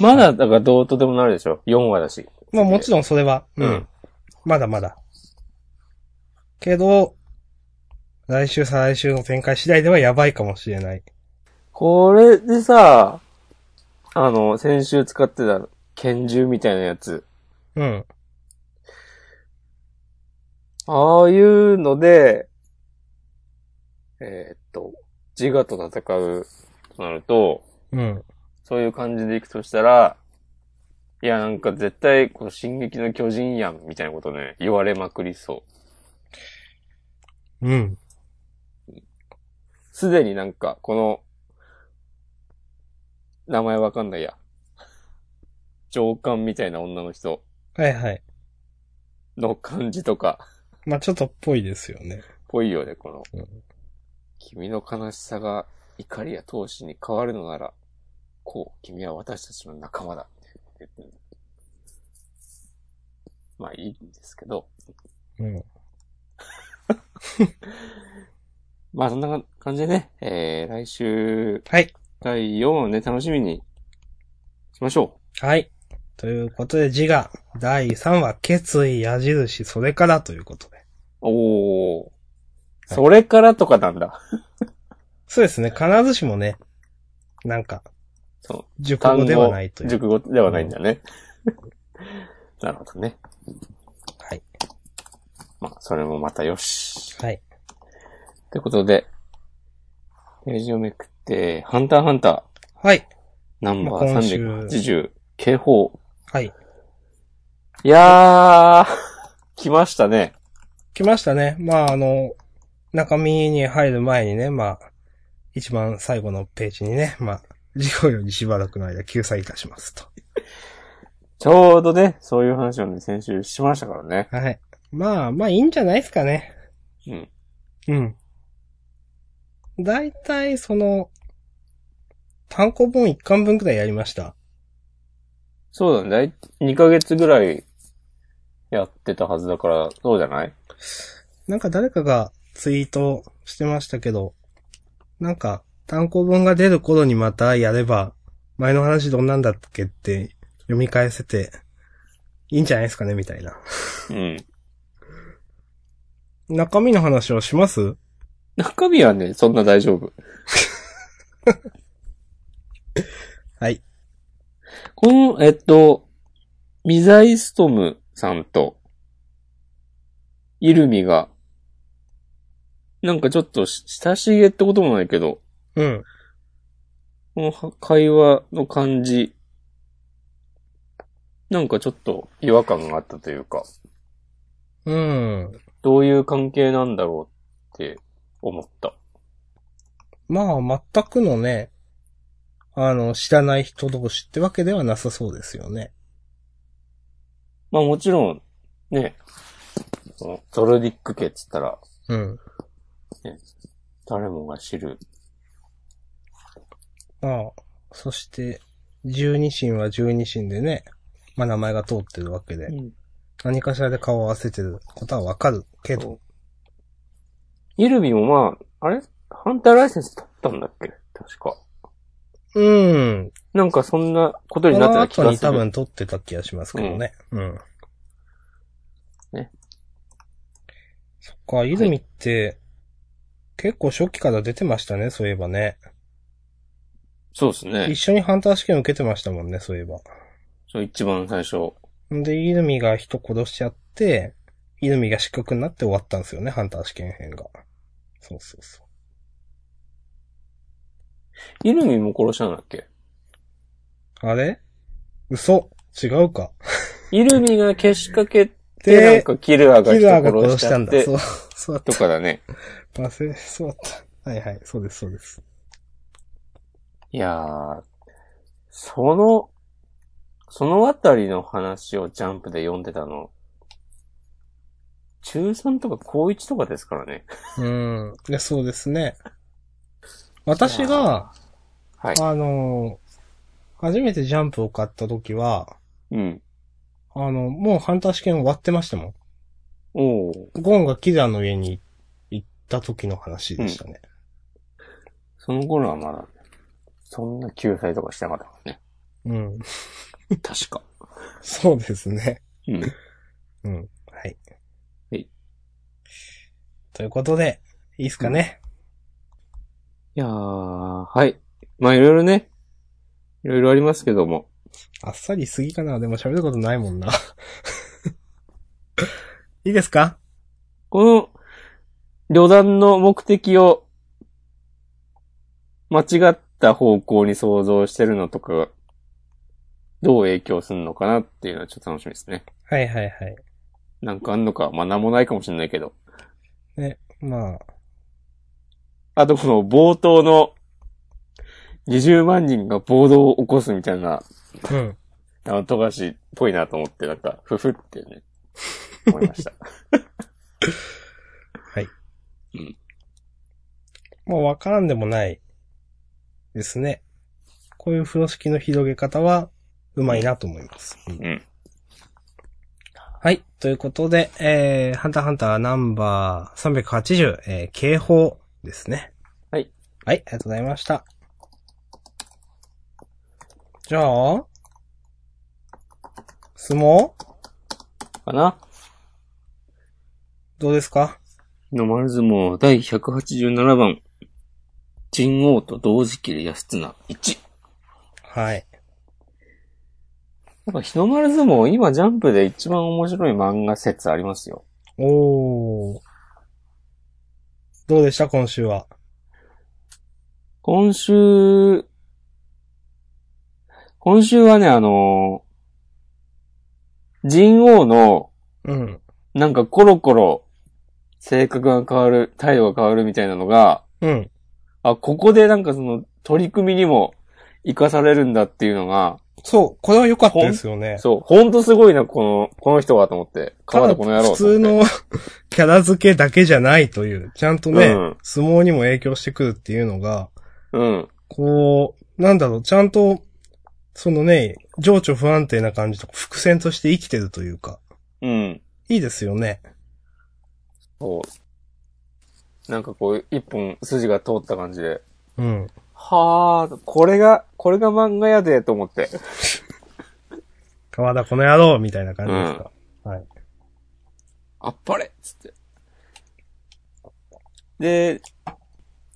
[SPEAKER 1] まだ、だからどうとでもなるでしょ。4話だし。
[SPEAKER 2] まあもちろんそれは、う
[SPEAKER 1] うんん。
[SPEAKER 2] まだまだ。けど、来週再来週の展開次第ではやばいかもしれない。
[SPEAKER 1] これでさ、あの、先週使ってた拳銃みたいなやつ。
[SPEAKER 2] うん。
[SPEAKER 1] ああいうので、えーっと、自我と戦うとなると、
[SPEAKER 2] うん。
[SPEAKER 1] そういう感じでいくとしたら、いや、なんか絶対、この進撃の巨人やん、みたいなことね、言われまくりそう。
[SPEAKER 2] うん。
[SPEAKER 1] すでになんか、この、名前わかんないや。上官みたいな女の人
[SPEAKER 2] はいはい。
[SPEAKER 1] の感じとか、
[SPEAKER 2] まあちょっとっぽいですよね。
[SPEAKER 1] ぽいよね、この
[SPEAKER 2] うん。
[SPEAKER 1] 君の悲しさが怒りや闘志に変わるのなら、こう、君は私たちの仲間だ。みたいなこと言ってるまあいいんですけど、
[SPEAKER 2] うん。
[SPEAKER 1] まあそんな感じでね、えー、来週
[SPEAKER 2] はい。
[SPEAKER 1] 第4をね、楽しみにしましょ
[SPEAKER 2] はい。ということで、字が、第3話、決意、矢印、それからということで。
[SPEAKER 1] う。おお、それからとかなんだ。
[SPEAKER 2] そうですね。必ずしもね、なんか、
[SPEAKER 1] そう。
[SPEAKER 2] 熟語ではないという。
[SPEAKER 1] 熟語ではないんだね。 なるほどね。
[SPEAKER 2] はい。
[SPEAKER 1] まあ、それもまたよし。
[SPEAKER 2] はい。
[SPEAKER 1] ということで、ページをめくって、ハンターハンター、
[SPEAKER 2] はい。
[SPEAKER 1] ナンバ
[SPEAKER 2] まあ今
[SPEAKER 1] ー
[SPEAKER 2] 週
[SPEAKER 1] 380、警報。
[SPEAKER 2] はい。
[SPEAKER 1] いやー、 来ましたね。
[SPEAKER 2] 来ましたね。まあ、あの、中身に入る前にね、まあ、一番最後のページにね、まあ、事故よりしばらくの間救済いたしますと。
[SPEAKER 1] ちょうどね、そういう話をね、先週しましたからね。
[SPEAKER 2] はい。まあ、まあ、いいんじゃないですかね。
[SPEAKER 1] うん。
[SPEAKER 2] うん。だいたい、その、単行本一巻分くらいやりました。
[SPEAKER 1] そうだね。だい2ヶ月ぐらいやってたはずだから、そうじゃない
[SPEAKER 2] なんか誰かがツイートしてましたけど、なんか単行本が出る頃にまたやれば、前の話どんなんだっけって読み返せて、いいんじゃないですかね、みたいな。
[SPEAKER 1] うん。
[SPEAKER 2] 中身の話をします
[SPEAKER 1] 中身はね、そんな大丈夫。
[SPEAKER 2] はい。
[SPEAKER 1] この、えっと、ミザイストムさんと、イルミが、なんかちょっとし親しげってこともないけど、
[SPEAKER 2] うん。
[SPEAKER 1] このは会話の感じ、なんかちょっと違和感があったというか、
[SPEAKER 2] うん。
[SPEAKER 1] どういう関係なんだろうって思った。
[SPEAKER 2] まあ、全くのね、あの、知らない人同士ってわけではなさそうですよね。
[SPEAKER 1] まあもちろん、ね、そのゾルディック家って言ったら、
[SPEAKER 2] うん。
[SPEAKER 1] 誰もが知る。
[SPEAKER 2] まあ、そして、十二神は十二神でね、まあ名前が通ってるわけで、何かしらで顔を合わせてることはわかるけど、
[SPEAKER 1] イルミもまあ、あれハンターライセンス取ったんだっけ確か。
[SPEAKER 2] うん。
[SPEAKER 1] なんかそんなこと
[SPEAKER 2] こ
[SPEAKER 1] になって
[SPEAKER 2] の
[SPEAKER 1] た気
[SPEAKER 2] 後
[SPEAKER 1] が
[SPEAKER 2] に
[SPEAKER 1] す
[SPEAKER 2] 多
[SPEAKER 1] る。
[SPEAKER 2] 分撮ってた気がしますけどね。うん。
[SPEAKER 1] ね。
[SPEAKER 2] そっか、泉って、結構初期から出てましたね、そういえばね。
[SPEAKER 1] そうです
[SPEAKER 2] 一
[SPEAKER 1] ね。
[SPEAKER 2] 緒にハンター試験受けてましたもんね、そういえば。
[SPEAKER 1] そう、一番最初。
[SPEAKER 2] んで、泉が人殺しちゃって、泉が失格になって終わったんですよね、ハンター試験編が。そうそうそう。
[SPEAKER 1] イルミも殺したんだっけ
[SPEAKER 2] あれ嘘違うか。
[SPEAKER 1] イルミがけしかけて、なんかキルアが
[SPEAKER 2] キ
[SPEAKER 1] 人
[SPEAKER 2] ラーが
[SPEAKER 1] 殺
[SPEAKER 2] 殺
[SPEAKER 1] し
[SPEAKER 2] し
[SPEAKER 1] ちゃ
[SPEAKER 2] たん
[SPEAKER 1] っ
[SPEAKER 2] だ。
[SPEAKER 1] て
[SPEAKER 2] そ、う、そうだっ
[SPEAKER 1] とかだね。
[SPEAKER 2] た。忘れ、そうだった。はいはい、そうです、そうです。
[SPEAKER 1] いやー、その、そのあたりの話をジャンプで読んでたの、中3とか高1とかですからね。
[SPEAKER 2] うん。いや、そうですね。私が、
[SPEAKER 1] はい。
[SPEAKER 2] あのー初めてジャンプを買った時は、
[SPEAKER 1] うん。
[SPEAKER 2] あの、もうハンター試験終わってましたも
[SPEAKER 1] おー。
[SPEAKER 2] ん。ゴンがキラーの家に行った時の話でしたね。
[SPEAKER 1] その頃はまだ、そんな救済とかしてなかったからね。
[SPEAKER 2] うん。
[SPEAKER 1] 確か。
[SPEAKER 2] そうですね。
[SPEAKER 1] うん。
[SPEAKER 2] うん。はい。
[SPEAKER 1] はい。
[SPEAKER 2] ということで、いいっすかね。
[SPEAKER 1] いやー、はい。まあいろいろね、いろいろありますけども。
[SPEAKER 2] あっさりすぎかな。でも喋ることないもんな。 いいですか
[SPEAKER 1] この、旅団の目的を、間違った方向に想像してるのとかが、どう影響するのかなっていうのはちょっと楽しみですね。
[SPEAKER 2] はいはいはい。
[SPEAKER 1] なんかあんのか、まあなんもないかもしれないけど。
[SPEAKER 2] ね、まあ、
[SPEAKER 1] あとこの冒頭の、20万人が暴動を起こすみたいな、
[SPEAKER 2] うん。
[SPEAKER 1] あの、富樫っぽいなと思って、なんか、ふふってね、思いました。
[SPEAKER 2] まあ、わからんでもないですね。こういう風呂敷の広げ方は、うまいなと思います。
[SPEAKER 1] うん。
[SPEAKER 2] はい。ということで、えー、ハンターハンターナンバー380、えー、警報ですね。
[SPEAKER 1] はい。
[SPEAKER 2] はい、ありがとうございました。じゃあ、相撲
[SPEAKER 1] かな
[SPEAKER 2] どうですか
[SPEAKER 1] 日の丸相撲第187番。神王と同時期で安綱1。
[SPEAKER 2] はい。
[SPEAKER 1] なんか日の丸相撲、今ジャンプで一番面白い漫画説ありますよ。
[SPEAKER 2] おー。どうでした今週は。
[SPEAKER 1] 今週、今週はね、あのー、神王の、
[SPEAKER 2] うん。
[SPEAKER 1] なんかコロコロ、性格が変わる、態度が変わるみたいなのが、
[SPEAKER 2] うん。
[SPEAKER 1] あ、ここでなんかその、取り組みにも、活かされるんだっていうのが、
[SPEAKER 2] そう、これは良かったですよね。
[SPEAKER 1] そう、ほんとすごいな、この、この人はと思って。
[SPEAKER 2] た
[SPEAKER 1] 川
[SPEAKER 2] だ
[SPEAKER 1] 田この野郎
[SPEAKER 2] 普
[SPEAKER 1] と思って
[SPEAKER 2] 通のキャラ付けだけじゃないという、ちゃんとね、
[SPEAKER 1] うん
[SPEAKER 2] 相撲にも影響してくるっていうのが、
[SPEAKER 1] うん。
[SPEAKER 2] こう、なんだろう、ちゃんと、そのね、情緒不安定な感じとか、伏線として生きてるというか、
[SPEAKER 1] うん。
[SPEAKER 2] いいですよね。
[SPEAKER 1] そう。なんかこう、一本筋が通った感じで。
[SPEAKER 2] うん。
[SPEAKER 1] はあ、これが、これが漫画やで、と思って。
[SPEAKER 2] 川田この野郎みたいな感じですか。はい。
[SPEAKER 1] あっぱれっつって。で、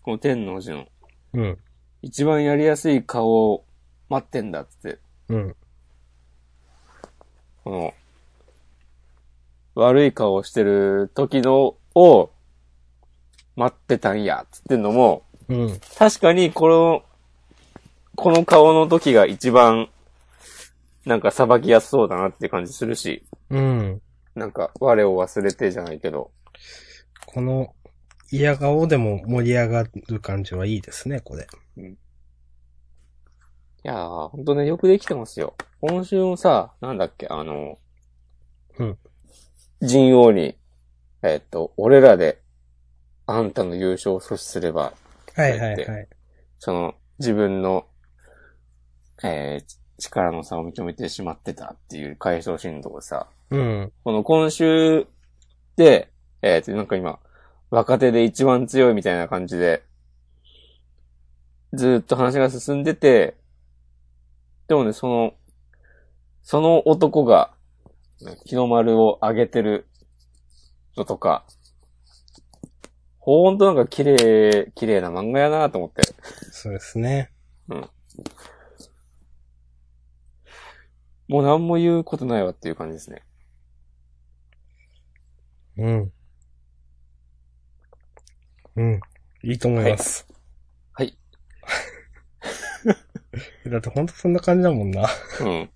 [SPEAKER 1] この天王寺の
[SPEAKER 2] うん。
[SPEAKER 1] 一番やりやすい顔を待ってんだっつって、
[SPEAKER 2] うん。
[SPEAKER 1] この、悪い顔をしてる時のを待ってたんやっつってんのも、
[SPEAKER 2] うん。
[SPEAKER 1] 確かにこの、この顔の時が一番、なんか裁きやすそうだなっていう感じするし、
[SPEAKER 2] うん。
[SPEAKER 1] なんか我を忘れてじゃないけど、
[SPEAKER 2] この、嫌顔でも盛り上がる感じはいいですね、これ。
[SPEAKER 1] いやー、ほんとね、よくできてますよ。今週もさ、なんだっけ、あの、
[SPEAKER 2] うん。
[SPEAKER 1] 人王に、えっと、俺らで、あんたの優勝を阻止すれば、
[SPEAKER 2] はいはいはい。
[SPEAKER 1] その、自分の、えー、力の差を認めてしまってたっていう回想シーンのとこでさ、
[SPEAKER 2] うん。
[SPEAKER 1] この今週で、えっ、と、なんか今、若手で一番強いみたいな感じで、ずーっと話が進んでて、でもね、その、その男が、日の丸を上げてるのとか、ほんとなんか綺麗、綺麗な漫画やなと思って。
[SPEAKER 2] そうですね。
[SPEAKER 1] もう何も言うことないわっていう感じですね。
[SPEAKER 2] うん。うん。いいと思います。
[SPEAKER 1] はい。
[SPEAKER 2] だってほんとそんな感じだもんな。
[SPEAKER 1] うん。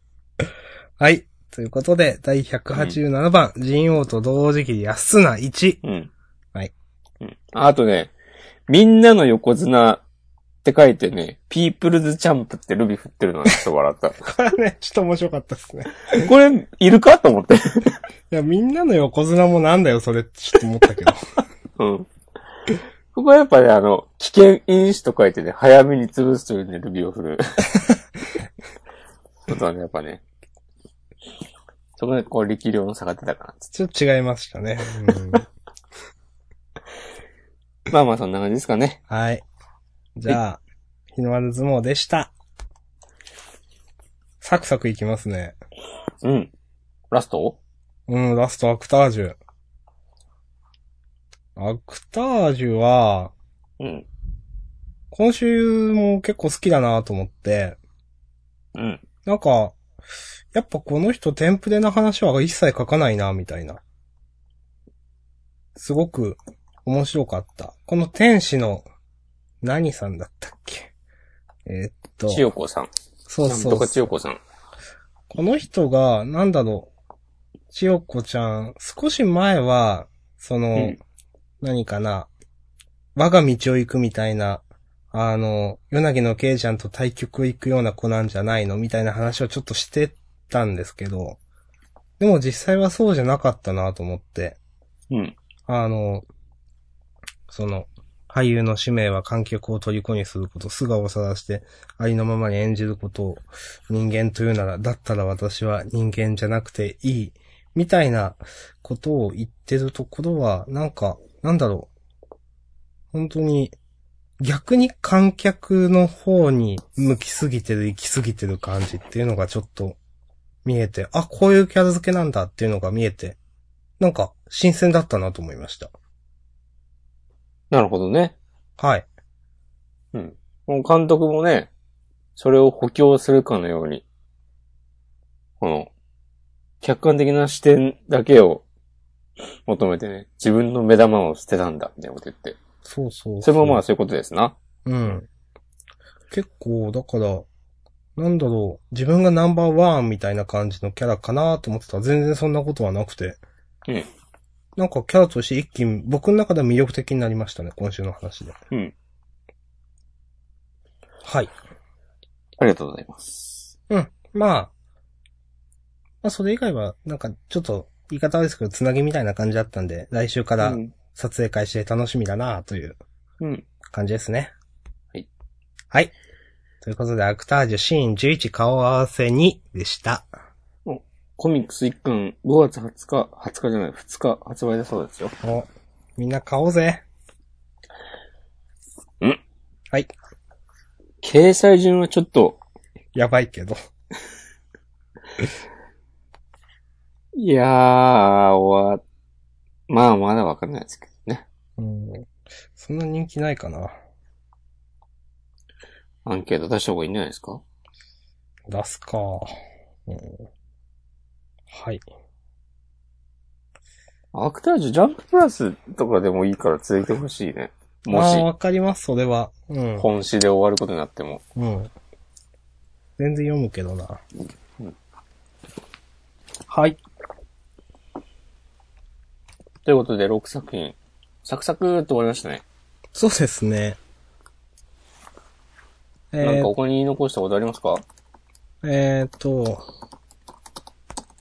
[SPEAKER 2] はい。ということで、第187番、人王と同時期で安な1。
[SPEAKER 1] うん。
[SPEAKER 2] はい。
[SPEAKER 1] うん。ああとね、みんなの横綱って書いてね、ピープルズチャンプってルビ振ってるのにちょっと笑った。
[SPEAKER 2] これはね、ちょっと面白かったですね。
[SPEAKER 1] これ、いるかと思って。
[SPEAKER 2] いや、みんなの横綱もなんだよ、それってちょっと思ったけど。
[SPEAKER 1] うん。ここはやっぱね、あの、危険因子と書いてね、早めに潰すというね、ルビを 振る。ことはね、やっぱね。そこでこう力量の差が出たかなっつっ
[SPEAKER 2] ちょっと違いましたね。うん、
[SPEAKER 1] て。まあまあそんな感じですかね。
[SPEAKER 2] はい。じゃあ、日の丸相撲でした。サクサクいきますね。
[SPEAKER 1] うん。ラスト
[SPEAKER 2] うん、ラストアクタージュ。アクタージュは、
[SPEAKER 1] うん。
[SPEAKER 2] 今週も結構好きだなと思って、
[SPEAKER 1] うん。
[SPEAKER 2] なんか、やっぱこの人テンプレな話は一切書かないな、みたいな。すごく面白かった。この天使の、何さんだったっけえーっと、
[SPEAKER 1] 千代子さん。
[SPEAKER 2] そう
[SPEAKER 1] なん
[SPEAKER 2] そ
[SPEAKER 1] と
[SPEAKER 2] う
[SPEAKER 1] か
[SPEAKER 2] そ
[SPEAKER 1] 千
[SPEAKER 2] う。
[SPEAKER 1] 代子さん。
[SPEAKER 2] この人が、なんだろう、千代子ちゃん、少し前は、その、
[SPEAKER 1] うん
[SPEAKER 2] 何かな、我が道を行くみたいな、あの、夜なぎのけいちゃんと対局行くような子なんじゃないのみたいな話をちょっとしてたんですけど、でも実際はそうじゃなかったなと思って、
[SPEAKER 1] うん。
[SPEAKER 2] あの、その、俳優の使命は観客を虜にすること、素顔を晒して、ありのままに演じることを人間というなら、だったら私は人間じゃなくていい、みたいなことを言ってるところは、なんか、なんだろう。本当に、逆に観客の方に向きすぎてる、行きすぎてる感じっていうのがちょっと見えて、あ、こういうキャラ付けなんだっていうのが見えて、なんか、新鮮だったなと思いました。
[SPEAKER 1] なるほどね。
[SPEAKER 2] はい。
[SPEAKER 1] この監督もね、それを補強するかのように、この、客観的な視点だけを求めてね、自分の目玉を捨てたんだ、みたいなこと言って。
[SPEAKER 2] そうそうそう
[SPEAKER 1] それもまあそういうことですな。
[SPEAKER 2] うん。結構、だから、なんだろう、自分がナンバーワンみたいな感じのキャラかなと思ってたら全然そんなことはなくて。
[SPEAKER 1] うん
[SPEAKER 2] なんかキャラとして一気に僕の中では魅力的になりましたね、今週の話で。
[SPEAKER 1] うん。
[SPEAKER 2] はい。
[SPEAKER 1] ありがとうございます。
[SPEAKER 2] うん。まあ、まあそれ以外は、なんかちょっと言い方悪いですけど、つなぎみたいな感じだったんで、来週か
[SPEAKER 1] う
[SPEAKER 2] ら
[SPEAKER 1] ん。
[SPEAKER 2] 撮影開始で楽しみだなという
[SPEAKER 1] うん。
[SPEAKER 2] 感じですね。
[SPEAKER 1] はい。
[SPEAKER 2] はい。ということで、アクタージュシーン11顔合わせ2でした。
[SPEAKER 1] コミックス1巻5月20日、20日じゃない、2日発売だそうですよ。
[SPEAKER 2] お、みんな買おうぜ。
[SPEAKER 1] うん
[SPEAKER 2] はい。
[SPEAKER 1] 掲載順はちょっと、
[SPEAKER 2] やばいけど。
[SPEAKER 1] いやー、わ、まあまだわかんないですけどね。
[SPEAKER 2] うん。そんな人気ないかな。
[SPEAKER 1] アンケート出した方がいいんじゃないですか
[SPEAKER 2] 出すか。うん。はい。
[SPEAKER 1] アクタージュジャンププラスとかでもいいから続いてほしいね。も
[SPEAKER 2] ああ、
[SPEAKER 1] し、
[SPEAKER 2] わかります、それは。うん。
[SPEAKER 1] 本誌で終わることになっても。
[SPEAKER 2] うん。全然読むけどな。
[SPEAKER 1] はい。ということで、6作品。サクサクっと終わりましたね。
[SPEAKER 2] そうですね。え
[SPEAKER 1] なんか
[SPEAKER 2] ー、
[SPEAKER 1] 他に言い残したことありますか
[SPEAKER 2] えーと、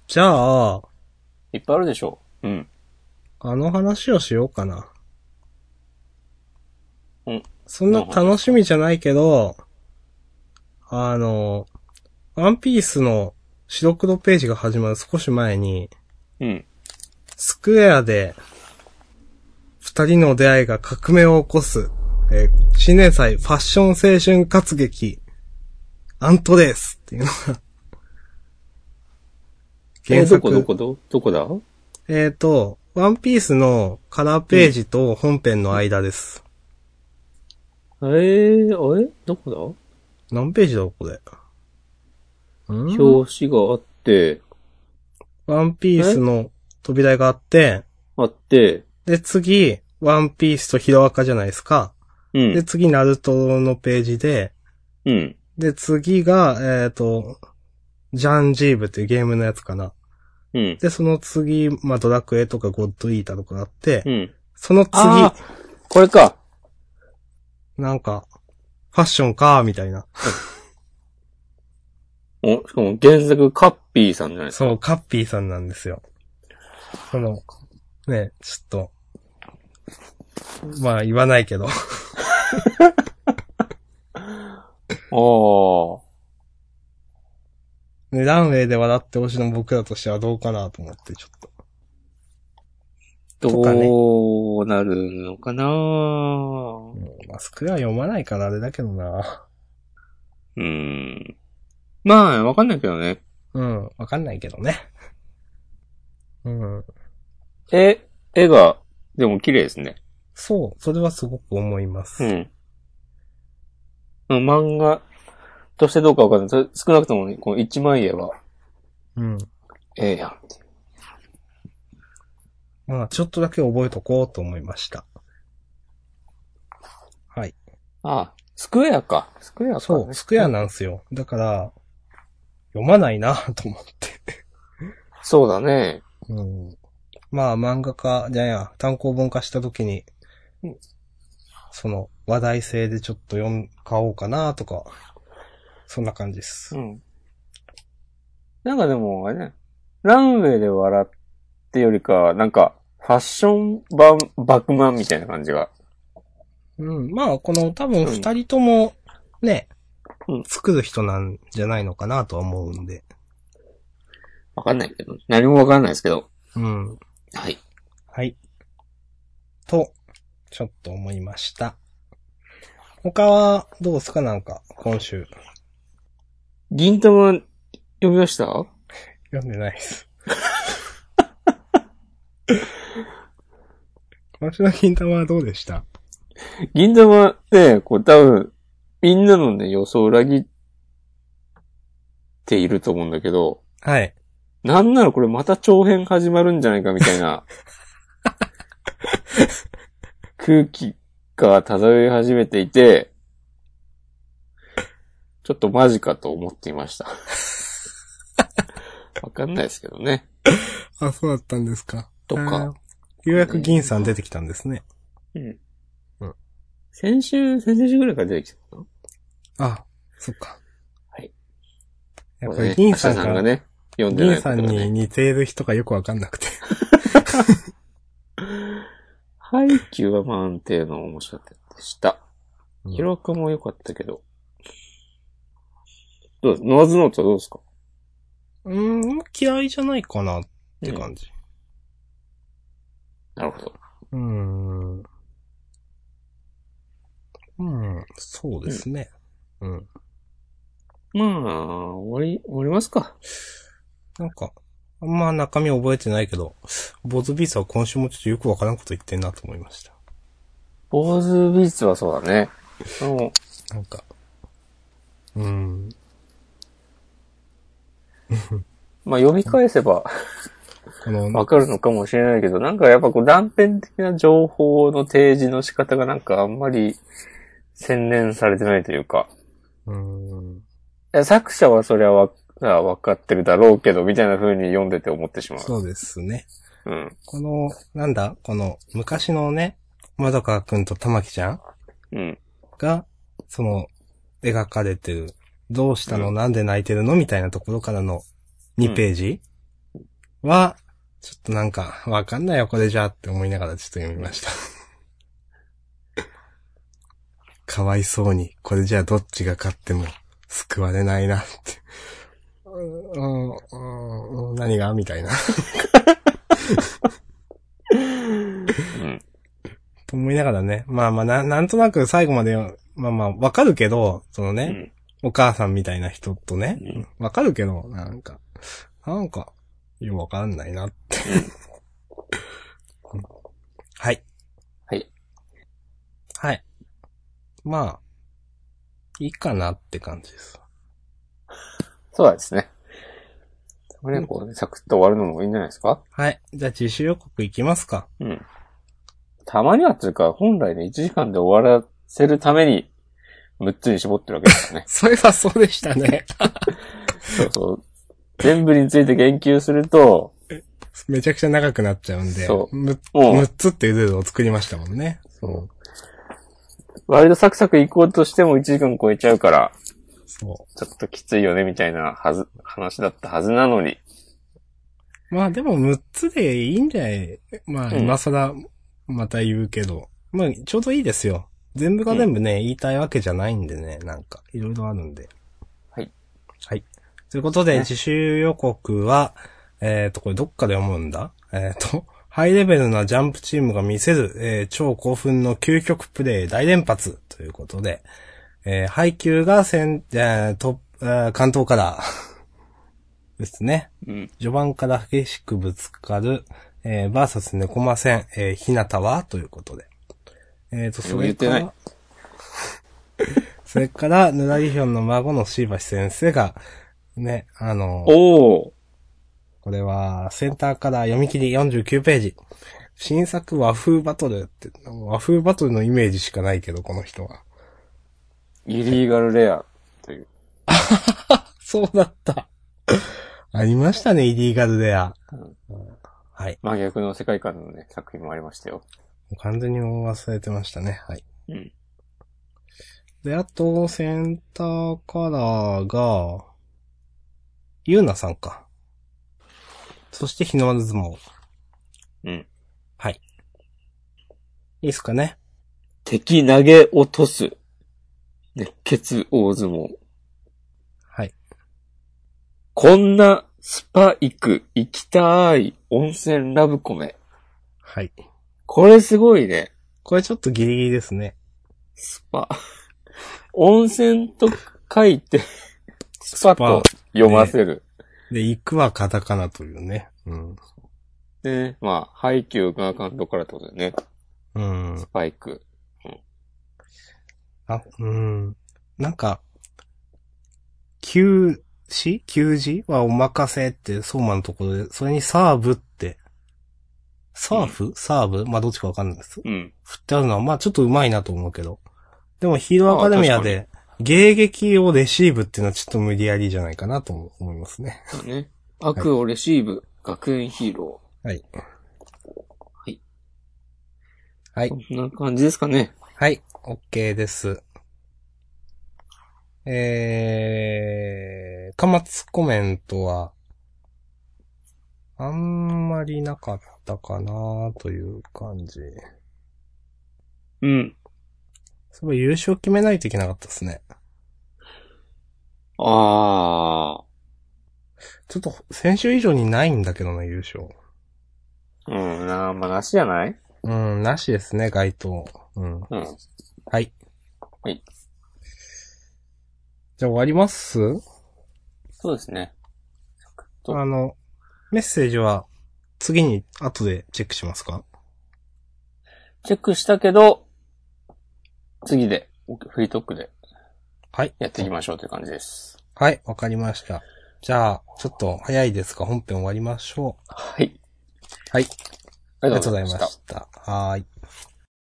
[SPEAKER 2] じゃあ、
[SPEAKER 1] いっぱいあるでしょう。うん。
[SPEAKER 2] あの話をしようかな。
[SPEAKER 1] うん。
[SPEAKER 2] そんな楽しみじゃないけど、あの、ワンピースの白黒ページが始まる少し前に、
[SPEAKER 1] うん。
[SPEAKER 2] スクエアで、二人の出会いが革命を起こす、えー新年祭ファッション青春活劇、アントレースっていうのが、
[SPEAKER 1] え、どこどこど、どこだ
[SPEAKER 2] えー、と、ワンピースのカラーページと本編の間です。
[SPEAKER 1] えー、あれどこ
[SPEAKER 2] 何ページだろう、これ。ん
[SPEAKER 1] だ表紙があって、
[SPEAKER 2] ワンピースの扉があって、
[SPEAKER 1] あって、
[SPEAKER 2] で、次、ワンピースとヒロアカじゃないですか。
[SPEAKER 1] う
[SPEAKER 2] で、
[SPEAKER 1] ん。
[SPEAKER 2] 次、ナルトのページで、
[SPEAKER 1] うん。
[SPEAKER 2] で、次が、えー、と、ジャンジーブっていうゲームのやつかな。
[SPEAKER 1] うん。
[SPEAKER 2] で、その次、まあ、ドラクエとかゴッドイーターとかあって、
[SPEAKER 1] うん。
[SPEAKER 2] その次、
[SPEAKER 1] あーこれか。
[SPEAKER 2] なんか、ファッションか、みたいな。
[SPEAKER 1] お、しかも原作カッピーさんじゃないですか。
[SPEAKER 2] そう、カッピーさんなんですよ。その、ね、ちょっと、まあ言わないけど。
[SPEAKER 1] あー。
[SPEAKER 2] ね、ランウェイで笑ってほしいの僕らとしてはどうかなと思って、ちょっと。とかね
[SPEAKER 1] どうなるのかな
[SPEAKER 2] うんまあ、スクエア読まないからあれだけどな。
[SPEAKER 1] うん。まあ、わかんないけどね。
[SPEAKER 2] うん、わかんないけどね。 うん。
[SPEAKER 1] え、絵が、でも綺麗ですね。
[SPEAKER 2] そう、それはすごく思います。
[SPEAKER 1] うん。漫画としてどうかわかんないそれ。少なくとも、この一枚絵は、
[SPEAKER 2] うん。
[SPEAKER 1] ええやんっていう。
[SPEAKER 2] まあ、ちょっとだけ覚えとこうと思いました。はい。
[SPEAKER 1] ああ、スクエアか。スクエアか、
[SPEAKER 2] そう、スクエア。なんすよ。だから、読まないなと思って。
[SPEAKER 1] そうだね。
[SPEAKER 2] うん。まあ、漫画化、じゃあや、単行本化した時に、
[SPEAKER 1] うん
[SPEAKER 2] その、話題性でちょっと読ん、買おうかなとか、そんな感じです。
[SPEAKER 1] うん。なんかでも、あれね、ランウェイで笑ってよりか、なんか、ファッション版、バクマンみたいな感じが。
[SPEAKER 2] うん。まあ、この、多
[SPEAKER 1] う
[SPEAKER 2] 分
[SPEAKER 1] ん
[SPEAKER 2] 二人とも、ね、
[SPEAKER 1] うん
[SPEAKER 2] 作る人なんじゃないのかなとは思うんで。
[SPEAKER 1] わかんないけど。何もわかんないですけど。
[SPEAKER 2] うん。
[SPEAKER 1] はい。
[SPEAKER 2] はい。と、ちょっと思いました。他は、どうですかなんか、今週。
[SPEAKER 1] 銀玉、読みました
[SPEAKER 2] 読んでない です。今週の金玉はどうでした
[SPEAKER 1] 銀玉ね、こう多分、みんなのね、予想を裏切っていると思うんだけど、
[SPEAKER 2] はい。
[SPEAKER 1] なんならこれまた長編始まるんじゃないかみたい な、空気が漂い始めていて、ちょっとマジかと思っていま した。わかんないですけどね。
[SPEAKER 2] あ、そうだったんですか。
[SPEAKER 1] とか。
[SPEAKER 2] えー。ようやく銀さん出てきたんですね。
[SPEAKER 1] うん
[SPEAKER 2] うん。
[SPEAKER 1] 先週、先々週ぐらいから出てきたかな
[SPEAKER 2] あ、そっか。
[SPEAKER 1] はい。
[SPEAKER 2] やっぱり銀さん
[SPEAKER 1] 明日さんが
[SPEAKER 2] が、
[SPEAKER 1] ね、読んでな
[SPEAKER 2] 銀
[SPEAKER 1] いこと
[SPEAKER 2] さ
[SPEAKER 1] が
[SPEAKER 2] ん
[SPEAKER 1] ね
[SPEAKER 2] に似ている人がよくわかんなくて。
[SPEAKER 1] ハイキューはまあ安定の面白かったでした。
[SPEAKER 2] うん
[SPEAKER 1] ヒロアカも良かったけど。どうですノアズノートはどうですか
[SPEAKER 2] うーん、嫌いじゃないかなって感じ。
[SPEAKER 1] なるほど。
[SPEAKER 2] うーん。うん、そうですね。うん。
[SPEAKER 1] まあ、終わり、終わりますか。
[SPEAKER 2] なんか、あんま中身覚えてないけど、ボズビースは今週もちょっとよくわからんこと言ってんなと思いました。
[SPEAKER 1] 坊主美術はそうだね。あの、
[SPEAKER 2] なんか、うん。
[SPEAKER 1] まあ読み返せば
[SPEAKER 2] この、
[SPEAKER 1] わかるのかもしれないけど、なんかやっぱこう断片的な情報の提示の仕方がなんかあんまり洗練されてないというか、
[SPEAKER 2] うん。
[SPEAKER 1] いや作者はそれはわあわかってるだろうけど、みたいな風に読んでて思ってしまう。
[SPEAKER 2] そうですね。
[SPEAKER 1] うん。
[SPEAKER 2] この、なんだこの、昔のね、まどかくんとたまきちゃん
[SPEAKER 1] うん。
[SPEAKER 2] が、その、描かれてる、どうしたの、なんで泣いてるのみたいなところからの2ページは、ちょっとなんか、わかんないよ、これじゃって思いながらちょっと読みました。 かわいそうに、これじゃどっちが勝っても救われないなって。うんうんうんうん何がみたいな。
[SPEAKER 1] うん。
[SPEAKER 2] と思いながらね。まあまあな、なんとなく最後まで、まあまあ、わかるけど、そのね、
[SPEAKER 1] うん
[SPEAKER 2] お母さんみたいな人とね
[SPEAKER 1] うん、
[SPEAKER 2] わかるけど、なんか、なんか、よくわかんないなって。 うんはい。
[SPEAKER 1] はい。
[SPEAKER 2] はい。まあ、いいかなって感じです。
[SPEAKER 1] そうですね。たまにはこうね、サクッと終わるのもいいんじゃないですか
[SPEAKER 2] はい。じゃあ、自主予告いきますか。。
[SPEAKER 1] うん。たまにはというか、本来ね、1時間で終わらせるために、6つに絞ってるわけですからね
[SPEAKER 2] そういえばそうでしたね。
[SPEAKER 1] そうそう。全部について言及すると、
[SPEAKER 2] めちゃくちゃ長くなっちゃうんで、
[SPEAKER 1] そう
[SPEAKER 2] む
[SPEAKER 1] も
[SPEAKER 2] 6
[SPEAKER 1] う、
[SPEAKER 2] つっていうルールを作りましたもんね。
[SPEAKER 1] そう割とサクサク行こうとしても1時間超えちゃうから、
[SPEAKER 2] そ
[SPEAKER 1] ちょっときついよね、みたいなはず、話だったはずなのに。
[SPEAKER 2] う。まあでも6つでいいんじゃないまあ
[SPEAKER 1] うん
[SPEAKER 2] 今更また言うけど。まあちょうどいいですよ。全部が全部ね、言いたいわけじゃないんでね、なんか、いろいろあるんで。
[SPEAKER 1] はい。
[SPEAKER 2] はい。ということで、
[SPEAKER 1] ね
[SPEAKER 2] 自習予告は、えっ、と、これどっかで読むんだえっ、と、 ハイレベルなジャンプチームが見せる、えー超興奮の究極プレイ大連発ということで、えー配給が先、えー、と、えー関東から、 ですね。
[SPEAKER 1] うん。
[SPEAKER 2] 序盤から激しくぶつかる、えー、バーサス猫魔戦、えー、ひなたはということで。えっ、と、それから、
[SPEAKER 1] でも
[SPEAKER 2] それから、ぬらりひょんの孫の椎橋先生が、ね、あの、
[SPEAKER 1] おー
[SPEAKER 2] これは、センターから読み切り49ページ。新作和風バトルって、和風バトルのイメージしかないけど、この人は。
[SPEAKER 1] イリーガルレアという。
[SPEAKER 2] そうだった。ありましたね、イリーガルレア。
[SPEAKER 1] ん
[SPEAKER 2] はい。
[SPEAKER 1] 真逆の世界観のね、作品もありましたよ。
[SPEAKER 2] もう完全に忘れてましたね。はい。
[SPEAKER 1] うん。
[SPEAKER 2] で、あと、センターカラーが、ゆうなさんか。そして、日の丸相撲。
[SPEAKER 1] うん。
[SPEAKER 2] はい。いいっすかね。
[SPEAKER 1] 敵投げ落とす。熱血大相撲。
[SPEAKER 2] はい。
[SPEAKER 1] こんなスパ行く、行きたい、温泉ラブコメ。
[SPEAKER 2] はい。
[SPEAKER 1] これすごいね。
[SPEAKER 2] これちょっとギリギリですね。
[SPEAKER 1] スパ。温泉と書いて、スパと読ませる。
[SPEAKER 2] で、行くはカタカナというね。うん。
[SPEAKER 1] ね。まあ、配給が監督からってことだよね。
[SPEAKER 2] うん
[SPEAKER 1] ス。パイク。
[SPEAKER 2] あ、うん。なんか、休止休止はお任せって、相馬のところで、それにサーブって、サーフ、サーブまあ、どっちかわかんないです。
[SPEAKER 1] うん。
[SPEAKER 2] 振ってあるのは、まあ、ちょっと上手いなと思うけど。でも、ヒーローアカデミア
[SPEAKER 1] あ
[SPEAKER 2] で、迎撃をレシーブっていうのはちょっと無理やりじゃないかなと思いますね。
[SPEAKER 1] そうね。悪をレシーブ、学園ヒーロ
[SPEAKER 2] はい。
[SPEAKER 1] い
[SPEAKER 2] は
[SPEAKER 1] ー。。
[SPEAKER 2] い
[SPEAKER 1] こんな感じですかね。
[SPEAKER 2] はい、OK です。えー、かまつコメントは、あんまりなかったかなという感じ。
[SPEAKER 1] うん。
[SPEAKER 2] そういえば優勝決めないといけなかったですね。
[SPEAKER 1] あ
[SPEAKER 2] ちょっと、先週以上にないんだけどな、優勝。
[SPEAKER 1] あ。うん、な、まあ、なしじゃない
[SPEAKER 2] うん、なしですね、該当。う
[SPEAKER 1] う
[SPEAKER 2] ん。
[SPEAKER 1] ん。
[SPEAKER 2] はい。
[SPEAKER 1] はい。
[SPEAKER 2] じゃあ終わります
[SPEAKER 1] そうですね。と
[SPEAKER 2] あの、メッセージは、次に、後でチェックしますか
[SPEAKER 1] チェックしたけど、次で、フリートークで
[SPEAKER 2] はい。
[SPEAKER 1] やっていきましょうという感じです。
[SPEAKER 2] はい、わかりました。じゃあ、ちょっと早いですが、本編終わりましょう。
[SPEAKER 1] はい。
[SPEAKER 2] はい。
[SPEAKER 1] あ
[SPEAKER 2] ありがとうございました。はーい。